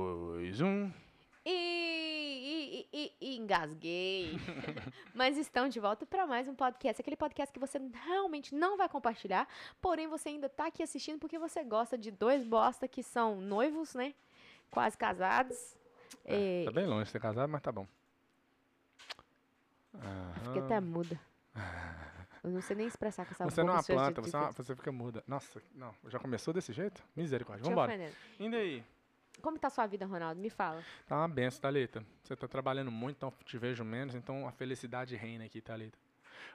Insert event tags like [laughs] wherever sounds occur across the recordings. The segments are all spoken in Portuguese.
mais um. E, e- e- e [laughs] engasguei. Mas estão de volta para mais um podcast. Aquele podcast que você realmente não vai compartilhar, porém você ainda tá aqui assistindo porque você gosta de dois bosta que são noivos, né? Quase casados. É, Eh, tá bem longe de ser casado, mas tá bom. Fiquei Aham. até muda. Eu não sei nem expressar com essa Ah. Você não é boca uma cheia de- planta, de- você, é uma- você fica muda. Nossa, não. Já começou desse jeito? Misericórdia. Tchau, Vambora. Fernando. Ainda aí. Como tá sua vida, Ronaldo? Me fala. Tá uma benção, Thalita. Você tá trabalhando muito, então te vejo menos, então a felicidade reina aqui, Thalita.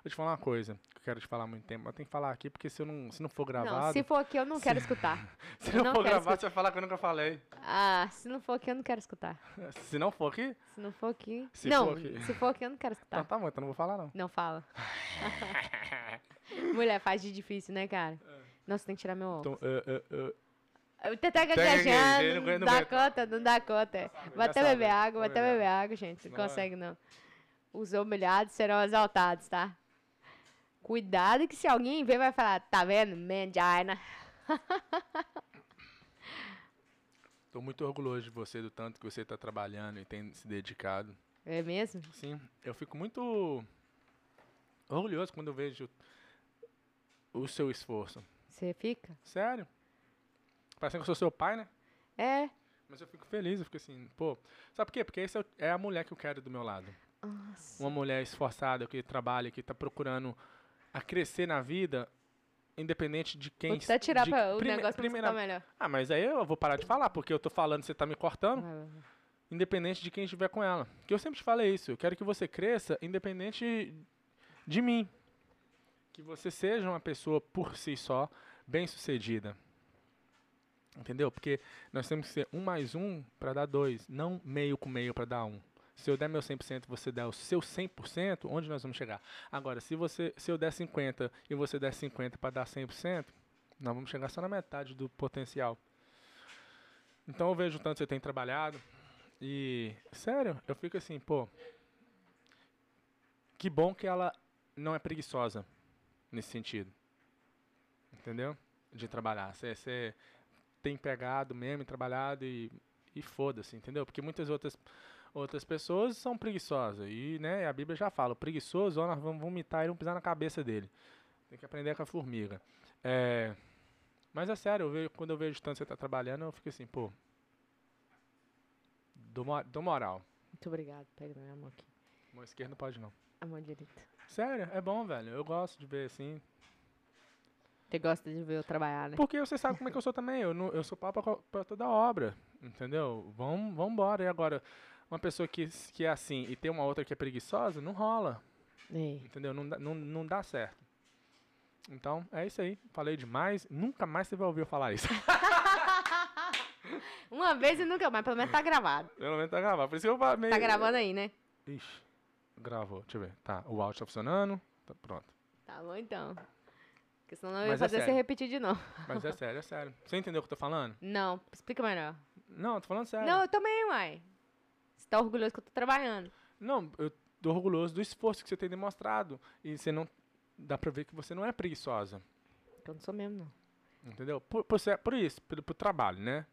Vou te falar uma coisa que eu quero te falar há muito tempo, mas tem que falar aqui, porque se, eu não, se não for gravado. Não, se for aqui, eu não quero escutar. [laughs] se não, eu não for quero gravado, você vai falar que eu nunca falei. Ah, se não for aqui, eu não quero escutar. Se não for aqui, Se não for aqui. Se não, for aqui. se for aqui, eu não quero tá. escutar. então tá bom, então não vou falar, não. Não fala. [laughs] Mulher, faz de difícil, né, cara? Nossa, tem que tirar meu É. Então, óculos. uh, uh, uh, Eu tô até gaguejei, gaguejando, não não, aguento, não dá aguento. conta, não dá conta. Vou já até sabe, beber água, vou vou até beber beber água, gente. Não Senão é- consegue, não. Os humilhados serão exaltados, tá? Cuidado que se alguém ver, vai falar, tá vendo? Mangina. tô muito orgulhoso de você, do tanto que você tá trabalhando e tem se dedicado. É mesmo? Sim, eu fico muito orgulhoso quando eu vejo o seu esforço. Você fica? Sério. Parece que eu sou seu pai, né? É. Mas eu fico feliz, eu fico assim, pô. Sabe por quê? Porque essa é a mulher que eu quero do meu lado. Nossa. Uma mulher esforçada, que trabalha, que tá procurando a crescer na vida, independente de quem. Vou até tirar de- pra, o prime- negócio tá pra primeira- ficar melhor. Ah, mas aí eu vou parar de falar, porque eu tô falando, você tá me cortando, Vai, vai, vai. independente de quem estiver com ela. Que eu sempre te falei isso, eu quero que você cresça independente de mim. Que você seja uma pessoa por si só, bem-sucedida. Entendeu? Porque nós temos que ser um mais um para dar dois, não meio com meio para dar um. Se eu der meu 100%, você der o seu 100%, onde nós vamos chegar? Agora, se você, se eu der 50 e você der 50 para dar 100%, nós vamos chegar só na metade do potencial. Então eu vejo o tanto que você tem trabalhado e, sério, eu fico assim, pô, que bom que ela não é preguiçosa nesse sentido. Entendeu? De trabalhar. Você- Você tem pegado mesmo e trabalhado e, e foda-se, entendeu? Porque muitas outras, outras pessoas são preguiçosas. E né, a Bíblia já fala: o preguiçoso, ó, nós vamos vomitar e vamos pisar na cabeça dele. Tem que aprender com a formiga. É, mas é sério, eu vejo- quando eu vejo tanto que você tá trabalhando, eu fico assim, pô. Dou, mo- dou moral. Muito obrigado. Pega na minha mão aqui. Mão esquerda não pode não. A mão direita. Sério, é bom, velho. Eu gosto de ver assim. Você gosta de ver eu trabalhar, né? Porque você sabe como é que eu sou também. Eu, não, eu sou pau pra, co- pra toda obra. Entendeu? Vamos embora. E agora, uma pessoa que, s- que é assim e tem uma outra que é preguiçosa, não rola. É. Entendeu? Não dá, não, não dá certo. Então, é isso aí. Falei demais. Nunca mais você vai ouvir eu falar [laughs] isso. Uma vez e nunca mais, pelo menos tá gravado. Pelo menos tá gravado. Por isso que eu fa- meio... Tá gravando aí, né? Ixi, gravou. Deixa eu ver. Tá, o áudio tá funcionando. Tá pronto. Tá bom então. Porque senão eu ia Mas é fazer você sério. repetir de novo. Mas é sério, é sério. Você entendeu o que eu tô falando? Não, explica melhor. Não, eu tô falando sério. Não, eu também, uai. Você tá orgulhoso que eu tô trabalhando. Não, eu tô orgulhoso do esforço que você tem demonstrado. E você não. Dá pra ver que você não é preguiçosa. Eu não sou mesmo, não. Entendeu? Por, por, ser- por isso, pelo pro trabalho, né?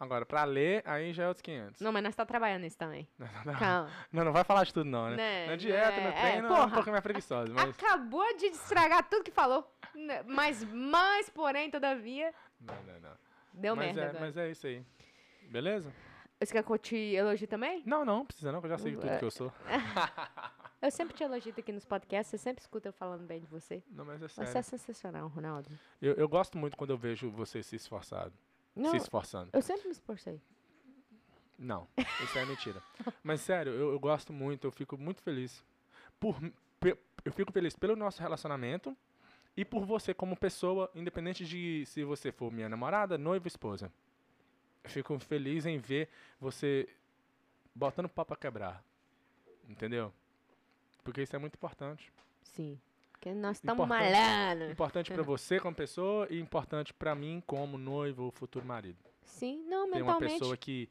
Agora, pra ler, aí já é outros 500. Não, mas nós tá trabalhando isso também. não, não, Calma. não, não vai falar de tudo, não, né? Né, Na dieta, né, no é, treino, é, um porra. pouco mais preguiçosa. [laughs] Mas. Acabou de estragar tudo que falou. Né, Mas, mas, porém, todavia, Não, não, não. deu mas, merda é, agora. mas é isso aí. Beleza? Você quer que eu te elogie também? Não, não, precisa não, que eu já sei tudo É. que eu sou. Eu sempre te elogio aqui nos podcasts, você sempre escuta eu falando bem de você. Não, mas é Você é sério. sensacional, Ronaldo. Eu, eu gosto muito quando eu vejo você se esforçado. Não, Se esforçando. eu sempre me esforcei. Não, isso é mentira. Mas sério, eu, eu gosto muito, eu fico muito feliz. Por, pe- eu fico feliz pelo nosso relacionamento e por você como pessoa, independente de se você for minha namorada, noiva, esposa. Eu fico feliz em ver você botando pau pra quebrar. Entendeu? Porque isso é muito importante. Sim. Porque nós estamos Importante. malando. Importante pra você como pessoa e importante pra mim como noivo ou futuro marido. Sim, não, Tem uma mentalmente. pessoa que,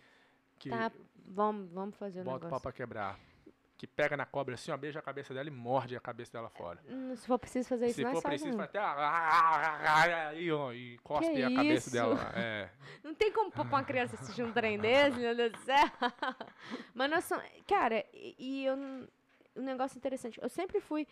que Tá, vamos, vamos fazer o bota o negócio. pau pra quebrar. que pega na cobra assim, ó, beija a cabeça dela e morde a cabeça dela fora. Hum, Se for preciso fazer isso, Se não é for só preciso, não. vai até ah, a- aí, ó, ah, e cospe Que a cabeça isso? dela. [laughs] É. Não tem como pôr pra uma criança assistir um trem desse, meu Deus do céu. [laughs] Mas nós somos. Cara, e, e eu. não- Um negócio interessante. Eu sempre fui.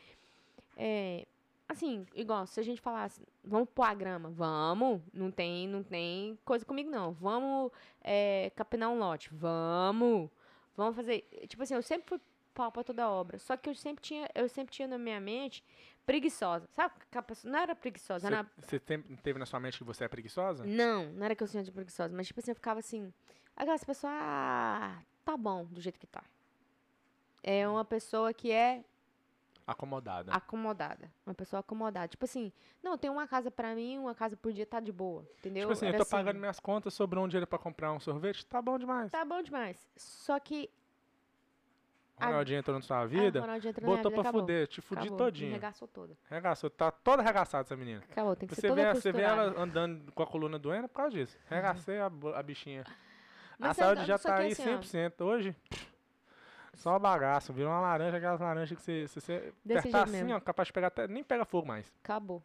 é, assim, igual, se a gente falasse, vamos pôr a grama, vamos. Não tem, não tem coisa comigo, não. Vamos é, capinar um lote, vamos. Vamos fazer. Tipo assim, eu sempre fui pau pra toda obra. Só que eu sempre tinha, eu sempre tinha na minha mente preguiçosa. Sabe? que a pessoa- Não era preguiçosa, era Você teve na sua mente que você é preguiçosa? não, não era que eu sentia de preguiçosa, mas tipo assim, eu ficava assim. Aquelas pessoas, ah, tá bom do jeito que tá. É Hum. uma pessoa que é Ah, Acomodada. acomodada. Uma pessoa acomodada. Tipo assim, não, tem uma casa pra mim, uma casa por dia tá de boa. Entendeu? tipo assim, eu Era tô pagando minhas contas, sobrou um dinheiro pra comprar um sorvete, tá bom demais. Tá bom demais. Só que. O Ronaldinho entrou na sua vida, botou pra fuder, te fudi Acabou, Me todinho. arregaçou toda. Arregaçou, tá toda arregaçada essa menina. Acabou, tem que ser Você vê, toda você vê costurada. Uhum. ela andando com a coluna doendo é por causa disso. Regacei a, bo- a bichinha. Mas a você saúde anda- já só tá que aí assim, ó, 100%. Hoje, só bagaço. Virou uma laranja, aquelas laranjas que você, se você Desse apertar jeito assim, mesmo. ó, capaz de pegar até, nem pega fogo mais. Acabou.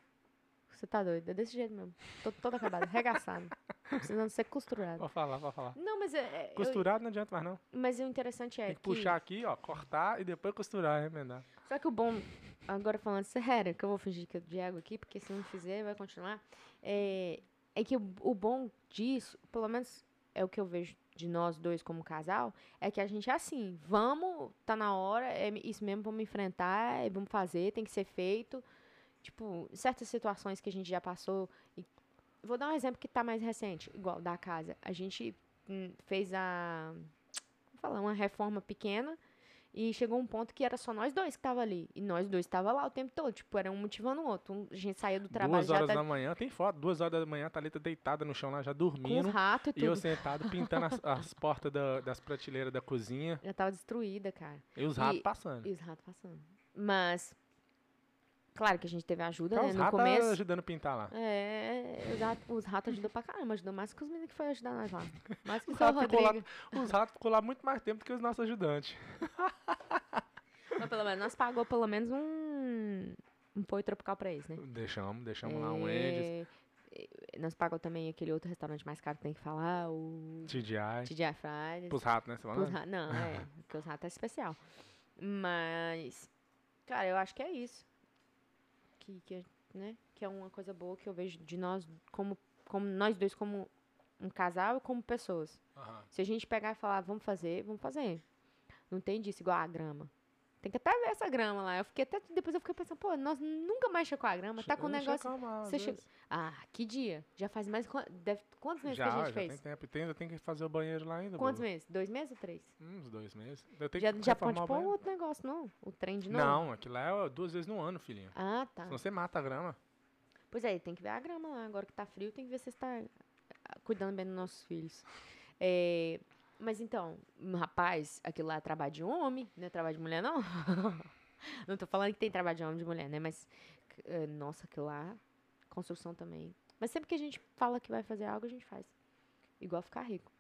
Você tá doido. É desse jeito mesmo. Tô toda [laughs] acabada, arregaçada. Precisando ser costurada. Vou falar, vou falar. Não, mas é- é, eu- Costurado não adianta mais não. Mas o interessante é Tem que, que puxar aqui, ó, cortar e depois costurar, remendar. Só que o bom. Agora falando sério, que eu vou fingir que eu Diego aqui, porque se não fizer, vai continuar. É, é que o, o bom disso, pelo menos é o que eu vejo de nós dois como casal, é que a gente é assim, vamos, tá na hora, é mi- isso mesmo, vamos enfrentar, é, vamos fazer, tem que ser feito. Tipo, certas situações que a gente já passou. e- vou dar um exemplo que tá mais recente, igual da casa. A gente hum, fez a. Vou falar, uma reforma pequena. E chegou um ponto que era só nós dois que tava ali. E nós dois tava lá o tempo todo. Tipo, era um motivando o outro. Um- A gente saía do trabalho Duas já horas tá da manhã, tem foto, duas horas da manhã, a Thalita deitada no chão lá, já com os dormindo. ratos e E eu tudo. sentado pintando as, as portas da- das prateleiras da cozinha Já tava destruída, cara. e os E- ratos passando. E os ratos passando. Mas, claro que a gente teve ajuda, Tá, né? os No ratos começo. ajudando a pintar lá. É, os ratos, os ratos ajudou pra caramba. Ajudou mais que os meninos que foram ajudar nós lá. [laughs] Mais que o Os seu ratos ficou lá- Rodrigo. Os ratos ficou lá muito mais tempo do que os nossos ajudantes. Mas pelo menos, nós pagou pelo menos um... Um poi tropical pra eles, né? Deixamos, deixamos lá um Andes, É, é, Nós pagamos também aquele outro restaurante mais caro que tem que falar, o... TDI. TGI Fridays. Pros ratos, né? Você Pros falando? ra- Não, é. [laughs] Porque os ratos é especial. Mas, cara, eu acho que é isso. Que, que, né? que é uma coisa boa que eu vejo de nós, como, como nós dois, como um casal e como pessoas. Aham. Se a gente pegar e falar, vamos fazer, vamos fazer. Não tem disso, igual a grama. Tem que até ver essa grama lá. Eu fiquei até. Depois eu fiquei pensando, pô, nós nunca mais checou a grama, tá Eu com um deixei negócio. acalmar, às você chega- vezes. Ah, que dia? Já faz mais. quan- Deve, quantos meses que a Já, gente já fez? tem tempo. E tem- Ainda tem que fazer o banheiro lá ainda. Quantos boba. meses? Dois meses ou três? Uns dois meses. Eu tenho Já, que já pode reformar o pôr banheiro. outro negócio, não? O trem de novo? Não, aquilo lá é duas vezes no ano, filhinho. Ah, tá. Senão você mata a grama. Pois é, tem que ver a grama lá. Agora que tá frio, tem que ver se está cuidando bem dos nossos filhos. É, mas então, hum, rapaz, aquilo lá é trabalho de homem, não é trabalho de mulher, não? [laughs] não tô falando que tem trabalho de homem e de mulher, né? Mas, c- eh, nossa, aquilo lá, construção também. Mas sempre que a gente fala que vai fazer algo, a gente faz. Igual ficar rico.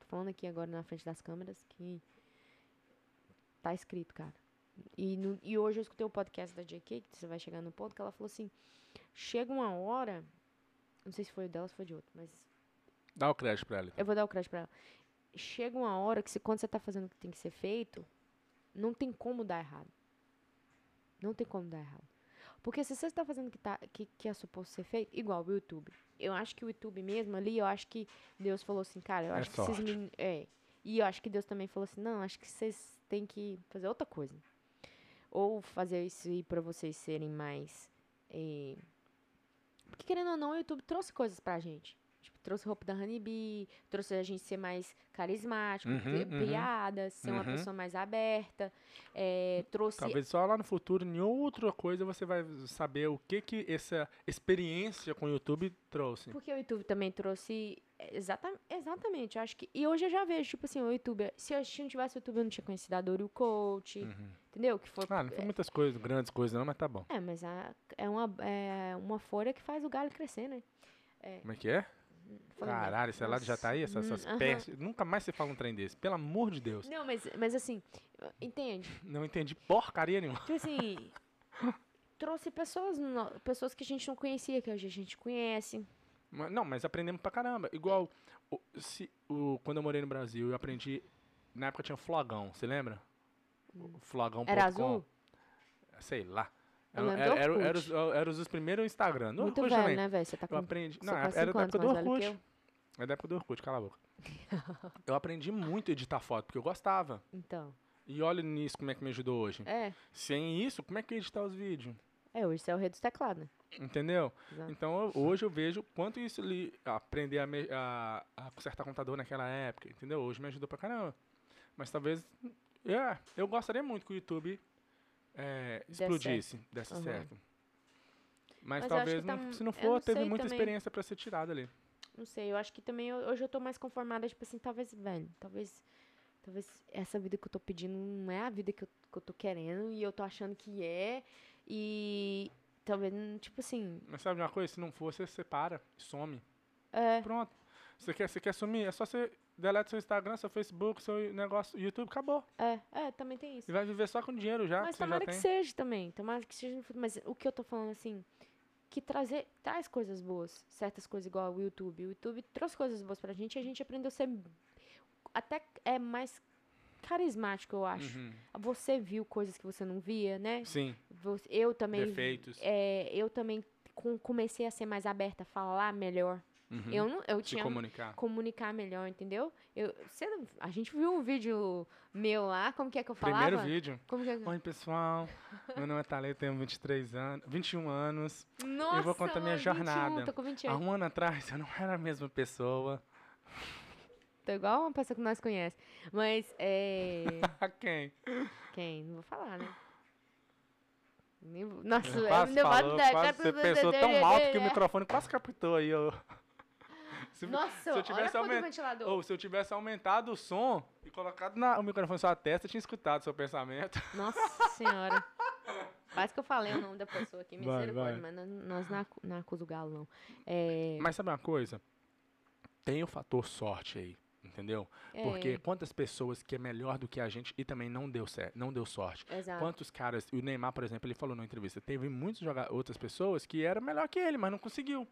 Tô falando aqui agora na frente das câmeras que tá escrito, cara. E, no- e hoje eu escutei o podcast da JK, que você vai chegar no ponto, que ela falou assim, chega uma hora, não sei se foi o dela ou se foi de outro, mas Dá o crédito pra ela. então. eu vou dar o crédito pra ela. Chega uma hora que se, quando você tá fazendo o que tem que ser feito, não tem como dar errado. Não tem como dar errado. Porque se você está fazendo o que, tá, que, que é suposto ser feito, igual o YouTube. Eu acho que o YouTube mesmo ali, eu acho que Deus falou assim, cara, eu É acho que esses sorte. meninos. É. E eu acho que Deus também falou assim, não, acho que vocês têm que fazer outra coisa. Ou fazer isso aí pra vocês serem mais. eh, Porque querendo ou não, o YouTube trouxe coisas pra gente. Tipo, trouxe roupa da Honeybee, trouxe a gente ser mais carismático, Uhum, ter uhum. piadas, ser uma Uhum. pessoa mais aberta. eh, trouxe Talvez só lá no futuro, em outra coisa, você vai saber o que que essa experiência com o YouTube trouxe. Porque o YouTube também trouxe. Exatamente, exatamente, eu acho que. E hoje eu já vejo, tipo assim, o YouTube. Se eu não tivesse o YouTube, eu não tinha conhecido a Dory o Coach. Entendeu? Que foi. Ah, não foi muitas coisas, grandes coisas não, mas tá bom. É, mas a- é, uma, é uma folha que faz o galho crescer, né? Como é que é? Falei, não. Caralho, sei lá de Nossa. Jataí, tá essas, Hum, essas aham. pestes. Nunca mais você fala um trem desse. Pelo amor de Deus. Não, mas, mas assim, entende? Não entendi porcaria nenhuma. Tipo assim, trouxe pessoas, no- pessoas que a gente não conhecia, que hoje a gente conhece. Mas- Não, mas aprendemos pra caramba. Igual, o- se, o, quando eu morei no Brasil, eu aprendi. Na época tinha o Flogão, você lembra? O Flogão.com. Era azul? Sei lá. Era, Eu lembro era, do era, Orkut. era os, era os primeiros Instagram. No Muito Orkut velho, também. né, velho? Você tá Eu com... aprendi. você Não, faz era cinco da época do anos mais velho que Orkut. Era da época do Orkut, cala a boca. [laughs] Eu aprendi muito a editar foto, porque eu gostava. Então, E olha nisso como é que me ajudou hoje. é. Sem isso, como é que eu ia editar os vídeos? É, hoje você é o rei dos teclados, né? Entendeu? Exato. Então eu- hoje eu vejo quanto isso li, aprender a, me- a- a consertar computador naquela época, entendeu? Hoje me ajudou pra caramba. Mas talvez. é, eu gostaria muito que o YouTube é, explodisse, desse Aham. certo. Mas, Mas eu acho talvez, que tá não- um- se não eu for, não teve sei muita também. experiência pra ser tirada ali. Não sei, eu acho que também eu- hoje eu tô mais conformada, tipo assim, talvez, velho, talvez, talvez essa vida que eu tô pedindo não é a vida que eu, que eu tô querendo e eu tô achando que é. E talvez, hum, tipo assim, Mas sabe de uma coisa? Se não for, você separa, some. é, Pronto. Você quer, você quer sumir? É só você deleta seu Instagram, seu Facebook, seu negócio, YouTube, acabou. é, é, também tem isso. E vai viver só com dinheiro já, Mas Ah, que você já tomara que tem. seja também, tomara que seja no futuro. Mas o que eu tô falando, assim, que trazer, traz coisas boas, certas coisas igual o YouTube. O YouTube trouxe coisas boas pra gente e a gente aprendeu a ser até é mais carismático, eu acho. Uhum. Você viu coisas que você não via, né? Sim, Você- Eu também. defeitos. é, eu também com- comecei a ser mais aberta, a falar melhor. Uhum. Eu não, eu Se tinha um comunicar. comunicar melhor, entendeu? Eu, você não- a gente viu um vídeo meu lá, como que é que eu falava? Primeiro vídeo. Como que é que... Oi, [laughs] pessoal. Meu nome é Thalita, tenho 23 anos, 21 anos. Nossa, contar minha mano, 21, jornada. Tô com 28. Há um ano atrás eu não era a mesma pessoa. [laughs] Tô igual uma pessoa que nós conhece. Mas [laughs] é Quem? quem? Não vou falar, né? Nem vou- Nossa, eu Quase não vou- falou, quase você pensou tão alto que o É. microfone quase captou aí. [laughs] ó. Se- Nossa, eu olha tivesse Oh. a cor do aument- ventilador. Ou se eu tivesse aumentado o som e colocado na- o microfone na sua testa, eu tinha escutado seu pensamento. Nossa senhora. Quase que eu falei o nome da pessoa aqui, Vai, misericórdia, vai. mas nós- nós não acu- não acusamos o galo, não. É, Mas sabe uma coisa? Tem o fator sorte aí, entendeu? Porque quantas pessoas que é melhor do que a gente e também não deu certo, não deu sorte. é, exato. Quantos caras, o Neymar, por exemplo, ele falou na entrevista, teve muitos joga- outras pessoas que era melhor que ele, mas não conseguiu.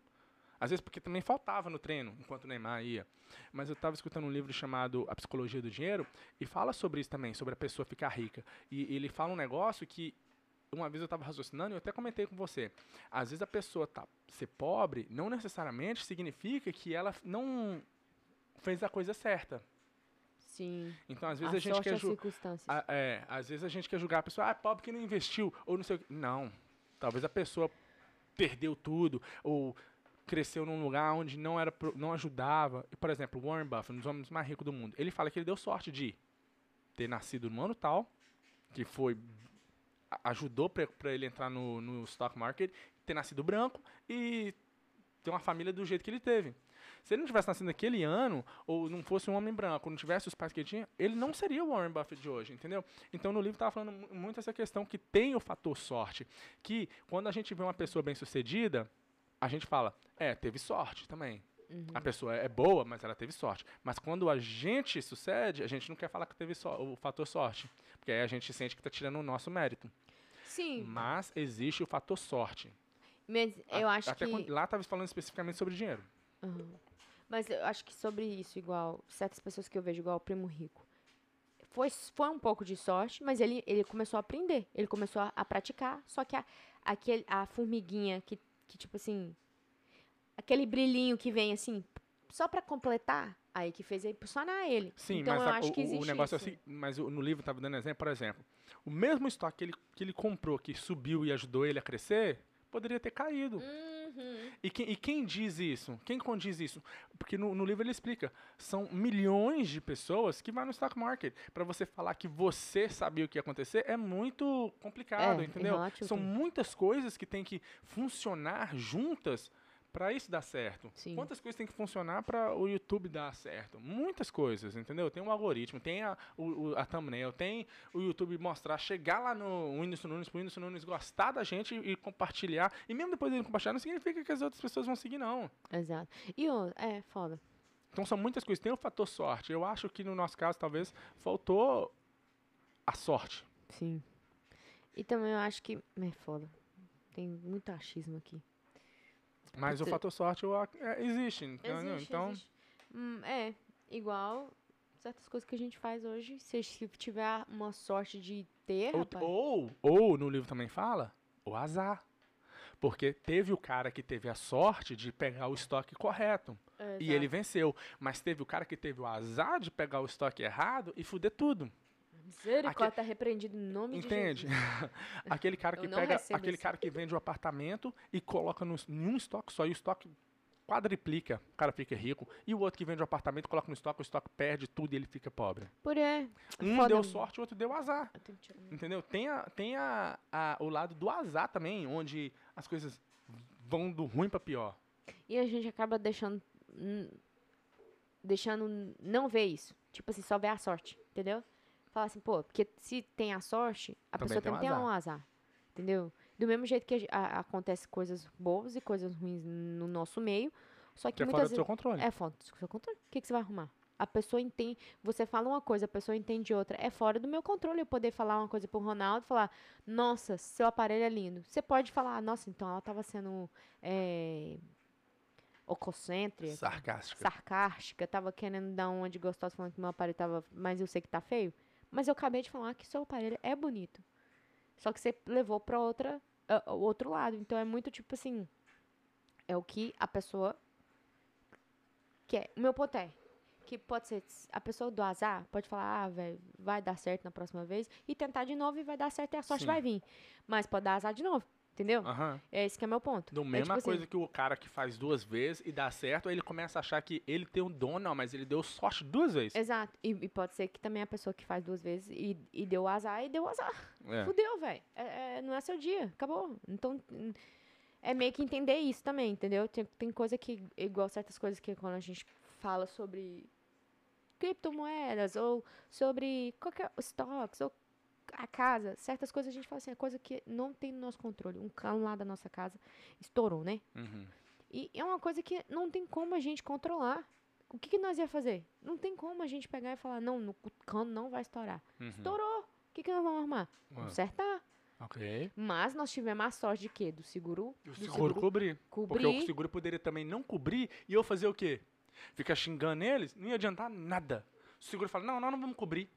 Às vezes porque também faltava no treino, enquanto o Neymar ia. Mas eu estava escutando um livro chamado A Psicologia do Dinheiro e fala sobre isso também, sobre a pessoa ficar rica. E ele fala um negócio que uma vez eu estava raciocinando e eu até comentei com você. Às vezes a pessoa tá ser pobre não necessariamente significa que ela não fez a coisa certa. Sim. Então às Às vezes a, gente sorte é quer às ju- circunstâncias. a- é, às vezes a gente quer julgar a pessoa, ah, pobre que não investiu, ou não sei o que. Não. Talvez a pessoa perdeu tudo, ou cresceu num lugar onde não era pro- não ajudava. E, Por exemplo, Warren Buffett, um dos homens mais ricos do mundo, ele fala que ele deu sorte de ter nascido no ano tal, que foi a- ajudou para ele entrar no, no stock market, ter nascido branco e ter uma família do jeito que ele teve. Se ele não tivesse nascido naquele ano, ou não fosse um homem branco, não tivesse os pais que ele tinha, ele não seria o Warren Buffett de hoje, entendeu? Então no livro estava falando mu- muito essa questão que tem o fator sorte, que quando a gente vê uma pessoa bem sucedida, a gente fala, é, teve sorte também. Uhum. A pessoa é boa, mas ela teve sorte. Mas quando a gente sucede, a gente não quer falar que teve só o fator sorte, porque aí a gente sente que está tirando o nosso mérito. Sim, Mas existe o fator sorte. mas A- eu acho até que... quando- lá estava falando especificamente sobre dinheiro. Aham. Mas eu acho que sobre isso, igual certas pessoas que eu vejo, igual o Primo Rico, foi, foi um pouco de sorte, mas ele, ele começou a aprender, ele começou a, a praticar, só que a, aquele, a formiguinha que, que, tipo assim, aquele brilhinho que vem, assim, só pra completar, aí que fez ele impulsionar ele. Sim, então mas eu a- acho o, que o- existe o negócio isso. é assim, mas o- no livro estava dando exemplo, por exemplo, o mesmo estoque que ele, que ele comprou, que subiu e ajudou ele a crescer, poderia ter caído. Uhum. E, quem, e quem diz isso? Quem condiz isso? Porque no, no livro ele explica, são milhões de pessoas que vão no stock market. Para você falar que você sabia o que ia acontecer é muito complicado, É, é entendeu? relativo são também. muitas coisas que têm que funcionar juntas Para isso dar certo. Sim. Quantas coisas tem que funcionar para o YouTube dar certo? Muitas coisas, entendeu? Tem um algoritmo, tem a, o, o- a thumbnail, tem o YouTube mostrar, chegar lá no Whindersson Nunes, pro Whindersson Nunes gostar da gente e compartilhar. E mesmo depois dele compartilhar, não significa que as outras pessoas vão seguir, não. Exato. E o... É, foda. Então são muitas coisas. Tem o fator sorte. Eu acho que no nosso caso, talvez, faltou a sorte. Sim. E também eu acho que... É foda. Tem muito achismo aqui. Mas o Pode ser. fator sorte eu ac- é, existe. entendeu? Existe, então, existe. Hum, é, igual certas coisas que a gente faz hoje. Se a gente tiver uma sorte de ter, Ou, É, rapaz. ou, ou, no livro também fala, o azar. Porque teve o cara que teve a sorte de pegar o estoque correto. é, Exato. E ele venceu. Mas teve o cara que teve o azar de pegar o estoque errado e fuder tudo. Misericórdia, tá repreendido em nome Entende? de Jesus. [laughs] aquele cara Eu que não pega. recebo Aquele isso. cara que vende o apartamento e coloca no, em um estoque só. E o estoque quadriplica. O cara fica rico. E o outro que vende o apartamento coloca no estoque, o estoque perde tudo e ele fica pobre. Por é. Um Foda. deu sorte, o outro deu azar. Eu tenho que tirar minha- Entendeu? Tem, a, tem a, a- o lado do azar também, onde as coisas vão do ruim pra pior. E a gente acaba deixando. hum, Deixando não ver isso. Tipo assim, só ver a sorte, entendeu? Falar assim, pô, porque se tem a sorte, a Também pessoa tem um também tem azar. um azar. Entendeu? Do mesmo jeito que a ge- a- acontece coisas boas e coisas ruins no nosso meio, só que, Que é fora muitas do vezes. seu controle. É foda do seu controle. O que, que você vai arrumar? A pessoa entende. Você fala uma coisa, a pessoa entende outra. É fora do meu controle eu poder falar uma coisa pro Ronaldo e falar, nossa, seu aparelho é lindo. Você pode falar, nossa, então ela tava sendo é, ococêntrica, Sarcástico. sarcástica, tava querendo dar uma de gostosa falando que meu aparelho tava. Mas eu sei que tá feio. Mas eu acabei de falar que seu aparelho é bonito. Só que você levou pra outra, ah, o outro lado. Então é muito tipo assim. É o que a pessoa quer. O meu ponto é. Que pode ser. A pessoa do azar pode falar, ah, velho, vai dar certo na próxima vez. E tentar de novo e vai dar certo e a sorte Sim. vai vir. Mas pode dar azar de novo. Entendeu? Aham. É esse que é meu ponto. Do é, mesma tipo assim, coisa que o cara que faz duas vezes e dá certo, aí ele começa a achar que ele tem um dom, não, mas ele deu sorte duas vezes. Exato. E, e pode ser que também a pessoa que faz duas vezes e, e deu azar e deu azar. É. Fudeu, velho. É- é- não é seu dia. Acabou. Então. hum, É meio que entender isso também, entendeu? Tem, tem coisa que, igual certas coisas que quando a gente fala sobre criptomoedas ou sobre qualquer stocks ou a casa, certas coisas a gente fala assim, é coisa que não tem no nosso controle. Um cano lá da nossa casa estourou, né? Uhum. E é uma coisa que não tem como a gente controlar. O que, que nós ia fazer? Não tem como a gente pegar e falar, não, no- o cano não vai estourar. Uhum. Estourou. O que, que nós vamos arrumar? Consertar. Ah, ok. Mas nós tivemos a sorte de quê? Do seguro. E o do seguro cobrir. Porque o cobrir. seguro poderia também não cobrir e eu fazer o quê? Ficar xingando eles? Não ia adiantar nada. O seguro fala, não, nós não vamos cobrir.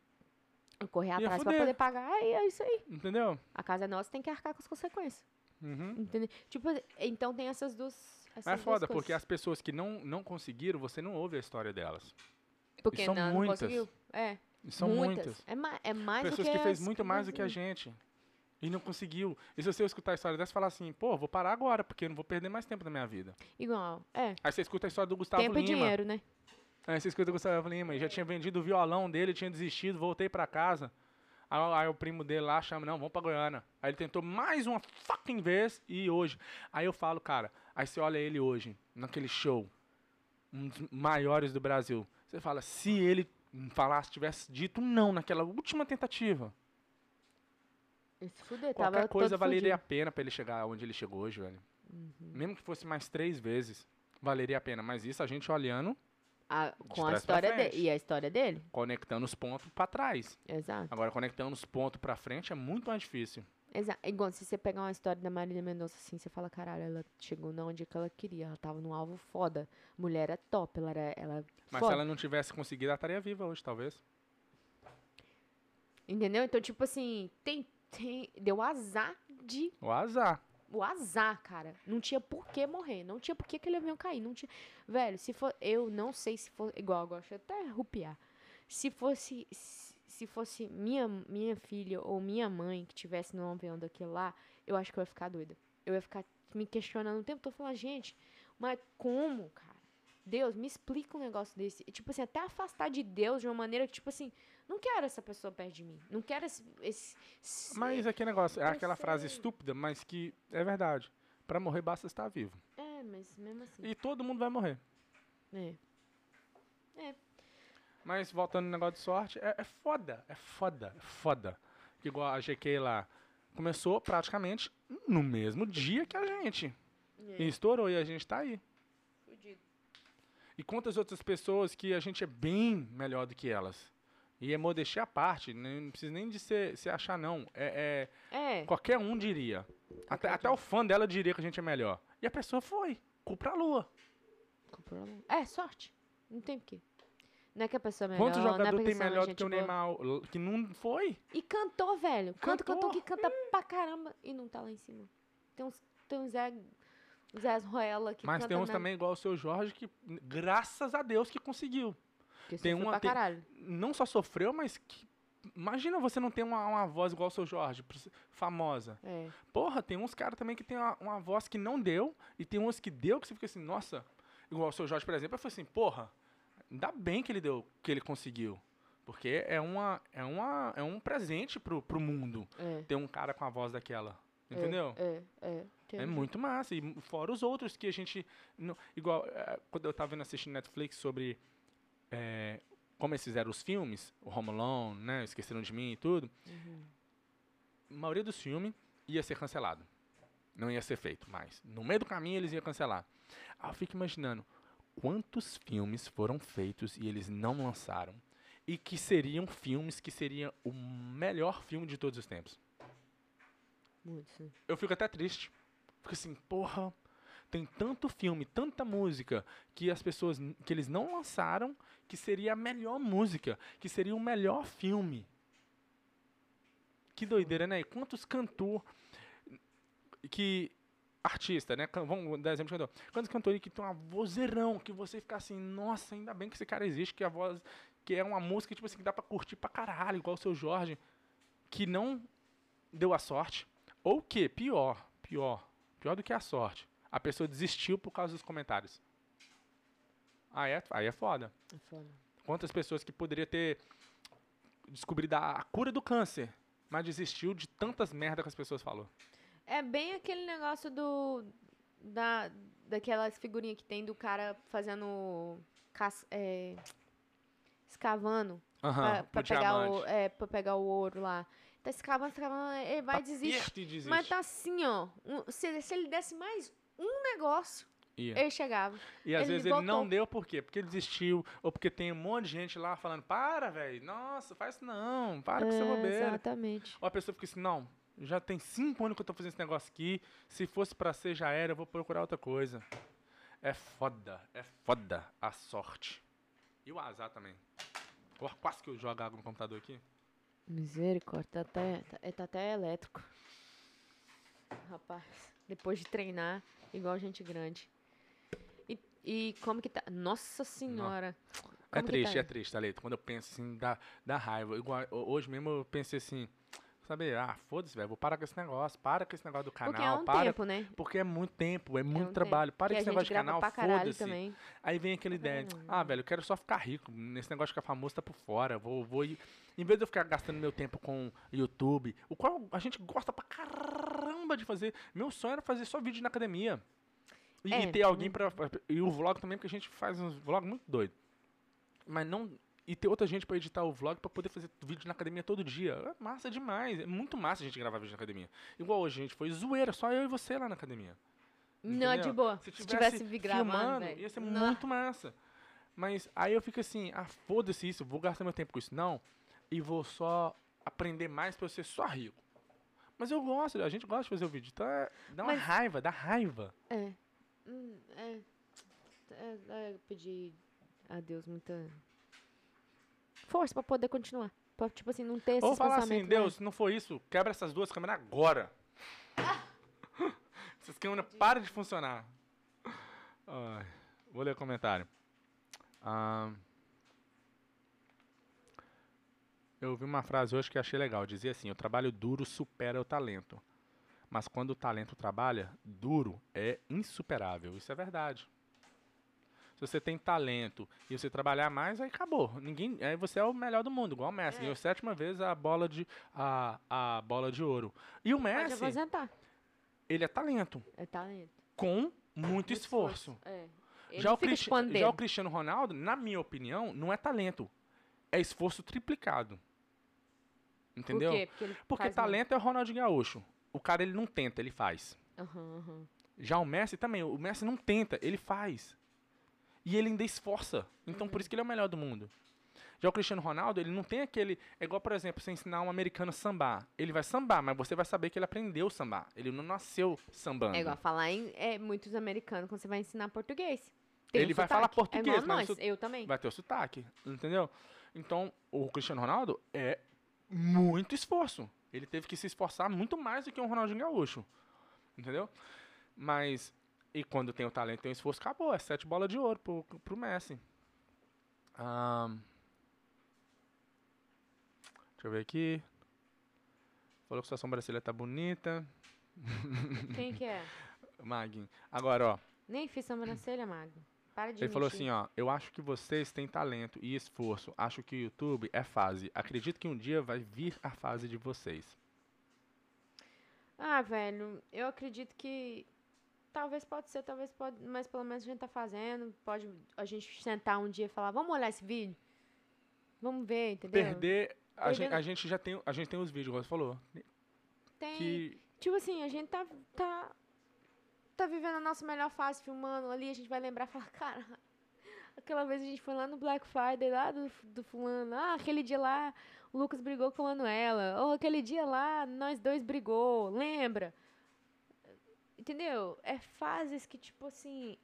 Correr Ia atrás fuder. pra poder pagar. Aí é isso aí. Entendeu? A casa é nossa, tem que arcar com as consequências. Uhum. Entendeu? Tipo, então tem essas duas. Essas Mas é duas foda, porque coisas. as pessoas que não, não conseguiram, você não ouve a história delas. Porque são não, muitas. não conseguiu. É. E são muitas. muitas. É, ma é mais do pessoas que que, fez as muito mais do que a nós- gente. E não conseguiu. E se você escutar a história dessa, falar assim, pô, vou parar agora, porque eu não vou perder mais tempo da minha vida. Igual. É. Aí você escuta a história do Gustavo tempo e Lima. dinheiro, né? Aí você escuta o Gustavo Lima, e já tinha vendido o violão dele, tinha desistido, voltei pra casa. Aí, o- aí o primo dele lá chama, não, vamos pra Goiânia. Aí ele tentou mais uma fucking vez e hoje. Aí eu falo, cara, aí você olha ele hoje, naquele show, um dos maiores do Brasil. Você fala, se ele falasse, tivesse dito não naquela última tentativa, Esse fuder, qualquer tava coisa todo valeria fudido. Uhum. a pena pra ele chegar onde ele chegou hoje, velho. Mesmo que fosse mais três vezes, valeria a pena. Mas isso a gente olhando, A- com trás a pra história dele. frente. E a história dele? conectando os pontos pra trás. Exato. Agora, conectando os pontos pra frente é muito mais difícil. Exato. é Igual se você pegar uma história da Marília Mendonça assim, você fala, caralho, ela chegou na onde que ela queria. Ela tava num alvo foda. Mulher era top, ela era. Ela é Mas se foda. ela não tivesse conseguido, ela estaria viva hoje, talvez. Entendeu? Então, tipo assim, tem, tem. Deu azar de. O azar. O azar, cara. Não tinha por que morrer. Não tinha por que aquele avião cair. Não tinha. Velho, se for. Eu não sei se for. Igual agora, deixa eu até rupiar. Se fosse. Se se fosse minha, minha filha ou minha mãe que tivesse num avião daquele lá, eu acho que eu ia ficar doida. Eu ia ficar me questionando o tempo todo, falando, gente, mas como, cara? Deus, me explica um negócio desse. E, tipo assim, até afastar de Deus de uma maneira que, tipo assim, não quero essa pessoa perto de mim. Não quero esse. esse, esse- Mas é aquele negócio, é Eu aquela frase sei. estúpida, mas que é verdade. Pra morrer basta estar vivo. É, mas mesmo assim. E todo mundo vai morrer. É. Mas voltando no negócio de sorte, é, é foda, é foda, é foda. Igual a GK lá. Começou praticamente no mesmo dia que a gente. É. E estourou e a gente tá aí. Fudido. E quantas outras pessoas que a gente é bem melhor do que elas. E é modéstia à parte, nem- não precisa nem de se, se achar, não. É, É. é- qualquer um diria. um. Até, até o fã dela diria que a gente é melhor. E a pessoa foi. Cu pra lua. Comprou um- É, sorte. Não tem porquê. Não é que a pessoa é melhor, Quantos não é jogador porque tem são mais melhor do gente que o boa. Neymar? l- Que não foi? E cantor, velho. Quanto cantor Cantor. que canta pra caramba e não tá lá em cima. Tem uns, tem uns Zé, uns Zé Ruela que Mas canta tem uns na- também igual o seu Jorge que, n- graças a Deus, que conseguiu. que tem sofreu uma- pra tem- caralho. Não só sofreu, mas que. Imagina você não ter uma, uma voz igual o seu Jorge, pros- famosa. É. Porra, tem uns caras também que tem uma, uma voz que não deu, e tem uns que deu, que você fica assim, nossa, igual o seu Jorge, por exemplo, eu falei assim, porra, ainda bem que ele deu, que ele conseguiu. Porque é, uma, é, uma, é um presente pro, pro mundo É. ter um cara com a voz daquela. Entendeu? É, é. tem É uns- muito massa. E m- fora os outros que a gente. não- igual, eh, quando eu tava vendo assistindo Netflix sobre eh, como eles fizeram os filmes, o Home Alone, né? Esqueceram de mim e tudo. A maioria dos filmes ia ser cancelado. Não ia ser feito mais. No meio do caminho eles iam cancelar. Aí eu fico imaginando quantos filmes foram feitos e eles não lançaram. E que seriam filmes que seria o melhor filme de todos os tempos Muitos, né? eu fico até triste. Fico assim, porra, tem tanto filme, tanta música que as pessoas n- que eles não lançaram, que seria a melhor música, que seria o melhor filme. Que doideira, né? E quantos cantor que artista, né? Can- Vamos dar exemplo de cantor. Quantos cantores que tem uma vozeirão que você fica assim, nossa, ainda bem que esse cara existe, que a voz que é uma música tipo assim que dá pra curtir pra caralho, igual o seu Jorge, que não deu a sorte. Ou que, pior, pior, pior do que a sorte. A pessoa desistiu por causa dos comentários. Aí é, aí é foda. É foda. Quantas pessoas que poderia ter descobrido a, a cura do câncer, mas desistiu de tantas merda que as pessoas falou. É bem aquele negócio do. Da, daquelas figurinhas que tem do cara fazendo. cas- é, escavando. Aham, pra, pro pra pegar diamante. o, é, pra pegar o ouro lá. Tá escavando, escavando, ele Tá vai desistir. Aperta e desiste. Mas tá assim, ó. um- se, se ele desse mais um negócio, Ia. ele chegava. E às Ele vezes ele não voltou. deu por quê? Porque ele desistiu, ou porque tem um monte de gente lá falando, para, velho, nossa, faz isso não, para com essa bobeira. É, exatamente. Ou a pessoa fica assim, não, já tem cinco anos que eu tô fazendo esse negócio aqui, se fosse pra ser, já era, eu vou procurar outra coisa. É foda, é foda a sorte. E o azar também. Ó, quase que eu jogo água no computador aqui. Misericórdia, tá até, tá, é, tá até elétrico. Rapaz, depois de treinar, igual gente grande. E, e como que tá? Nossa senhora. é Como que triste, tá é aí? triste, Thalita. Quando eu penso assim, dá, dá raiva. Igual, ho- hoje mesmo eu pensei assim, sabe, ah, foda-se, velho, vou parar com esse negócio, para com esse negócio do canal, Porque é um para. tempo, né? Porque é muito tempo, é muito um trabalho. Para que com a esse gente negócio de grava canal, pra caralho foda-se. também. Aí vem aquela Tá ideia, vendo? ah, velho, eu quero só ficar rico, nesse negócio de ficar famoso tá por fora, vou, vou ir... Em vez de eu ficar gastando meu tempo com YouTube, o qual a gente gosta pra caramba de fazer, meu sonho era fazer só vídeo na academia. E, e É, ter alguém pra... E o vlog também, porque a gente faz uns vlogs muito doido. Mas não... E ter outra gente pra editar o vlog pra poder fazer vídeo na academia todo dia. É massa demais, é muito massa a gente gravar vídeo na academia. Igual hoje, gente, foi zoeira, só eu e você lá na academia. Não, é de Entendeu? boa. Se Se tivesse, tivesse vi filmando, gravando, velho. ia ser Não. muito massa. Mas aí eu fico assim, ah, foda-se isso, vou gastar meu tempo com isso. Não, e vou só aprender mais pra eu ser só rico. Mas eu gosto, a gente gosta de fazer o vídeo, então é- dá uma Mas- raiva, dá raiva. É. Hum, é. É, é, eu pedi a Deus muita força pra poder continuar. Pra, tipo assim, não ter esses Ou falar assim, pensamentos, Deus, não foi isso, quebra essas duas câmeras agora. [laughs] essas câmeras param de funcionar. Ai, vou ler o comentário. Ah, eu vi uma frase hoje que achei legal. Dizia assim: O trabalho duro supera o talento. Mas quando o talento trabalha, duro é insuperável. Isso é verdade. Se você tem talento e você trabalhar mais, aí acabou. Ninguém, aí você é o melhor do mundo, igual o Messi. É. Ganhou sétima vez a bola de a, a bola de ouro. E o né? Pode assim, Messi, aposentar. ele é talento É talento. com muito, esforço. É. Ele Já não o, fica Cristi- chupando já o dedo. Cristiano Ronaldo, na minha opinião, não é talento. É esforço triplicado. Entendeu? Por quê? Porque, ele Porque faz muito. talento é o Ronaldinho Gaúcho. O cara, ele não tenta, ele faz. Aham, aham. Já o Messi também, o Messi não tenta, ele faz. E ele ainda esforça. Então, Uhum. por isso que ele é o melhor do mundo. Já o Cristiano Ronaldo, ele não tem aquele. É igual, por exemplo, você ensinar um americano a sambar. Ele vai sambar, mas você vai saber que ele aprendeu a sambar. Ele não nasceu sambando. É igual falar em é, muitos americanos quando você vai ensinar português. Tem Ele um vai falar sotaque. É português, igual mas nós. o Eu também. vai ter o sotaque, entendeu? Então, o Cristiano Ronaldo é muito esforço. Ele teve que se esforçar muito mais do que um Ronaldinho Gaúcho, entendeu? Mas, e quando tem o talento, tem o esforço, acabou. É sete bolas de ouro pro, pro Messi. Ahn, deixa eu ver aqui. Falou que sua sobrancelha tá bonita. Quem que é? Maguinho. Agora, ó. Nem fiz sobrancelha, Mago. Para de Ele falou mentir. assim, ó, eu acho que vocês têm talento e esforço. Acho que o YouTube é fase. Acredito que um dia vai vir a fase de vocês. Ah, velho, eu acredito que talvez pode ser, talvez pode, mas pelo menos a gente tá fazendo, pode a gente sentar um dia e falar, vamos olhar esse vídeo? Vamos ver, entendeu? Perder, a, Perdendo- gente, a gente já tem, a gente tem os vídeos, como você falou, Tem, que tipo assim, a gente tá tá tá vivendo a nossa melhor fase filmando ali, a gente vai lembrar e falar, [laughs] cara, aquela vez a gente foi lá no Black Friday lá do, do fulano, ah, aquele dia lá o Lucas brigou com a Manuela, ou aquele dia lá nós dois brigou, lembra? Entendeu? É fases que tipo assim,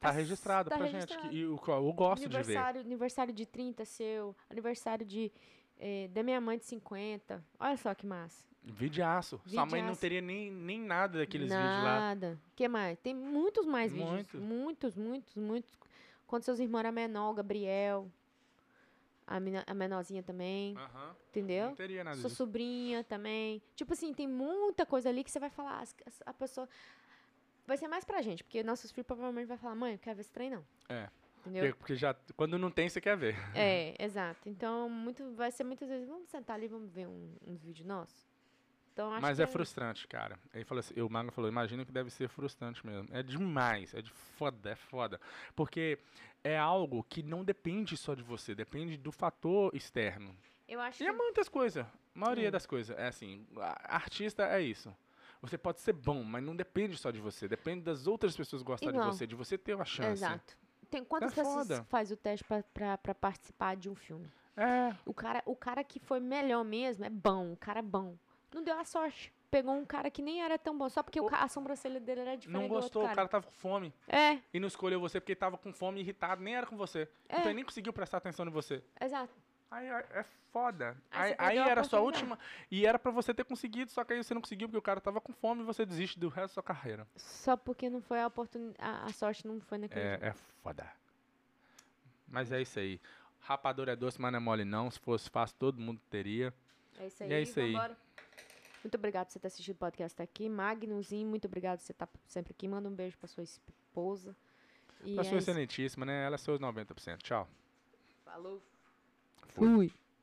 tá as- registrado tá pra gente. registrado. que- e o que eu gosto de ver. aniversário, aniversário de 30 seu, aniversário de eh, da minha mãe de 50. Olha só que massa. Vidiaço. Sua mãe não Vidiaço. teria nem, nem nada daqueles vídeos lá. Nada. que mais? Tem muitos mais vídeos. Muito. Muitos, muitos, muitos. Quando seus irmãos eram menor, o Gabriel, a, mina- a menorzinha também, Aham, Não entendeu? teria nada Sua disso. sobrinha também. Tipo assim, tem muita coisa ali que você vai falar, as- as- a pessoa... Vai ser mais pra gente, porque nossos filhos provavelmente vai falar, mãe, eu quero ver esse trem não. É. Entendeu? Porque, porque já, quando não tem, você quer ver. É, exato. Então, muito, vai ser muitas vezes, vamos sentar ali, vamos ver um, um vídeo nosso. Então, acho Mas que é frustrante, cara. Ele falou assim, o Magno falou, imagina que deve ser frustrante mesmo. É demais, é de foda, é foda. Porque é algo que não depende só de você, depende do fator externo. Eu acho E é que- muitas coisas, a maioria É. das coisas. É assim, a- artista é isso. Você pode ser bom, mas não depende só de você, depende das outras pessoas gostarem de Igual. você, de você ter uma chance. Exato. Tem quantas Ah, É pessoas foda. faz o teste pra, pra, pra participar de um filme? É, O cara, o cara que foi melhor mesmo é bom, o cara é bom. Não deu a sorte. Pegou um cara que nem era tão bom, só porque o Ou- ca- a sobrancelha dele era diferente não do outro gostou, o cara. cara tava com fome É, e não escolheu você porque tava com fome, irritado, nem era com você. É. Então ele nem conseguiu prestar atenção em você. exato. Aí é é foda. Aí Aí, você perdeu aí a era sua oportunidade. última. E era pra você ter conseguido, só que aí você não conseguiu porque o cara tava com fome e você desiste do resto da sua carreira. Só porque não foi a oportunidade, a, a sorte não foi naquele jogo. É, é foda. Mas é isso aí. Rapador é doce, mas não é mole não. Se fosse fácil, todo mundo teria. É isso E aí, é isso aí. vambora. Muito obrigado por você ter assistido o podcast até aqui. Magnuzinho, muito obrigado por você estar sempre aqui. Manda um beijo pra sua esposa. E Pra é sua isso. excelentíssima, né? Ela é seus 90%. Tchau. Falou. Fui. Fui.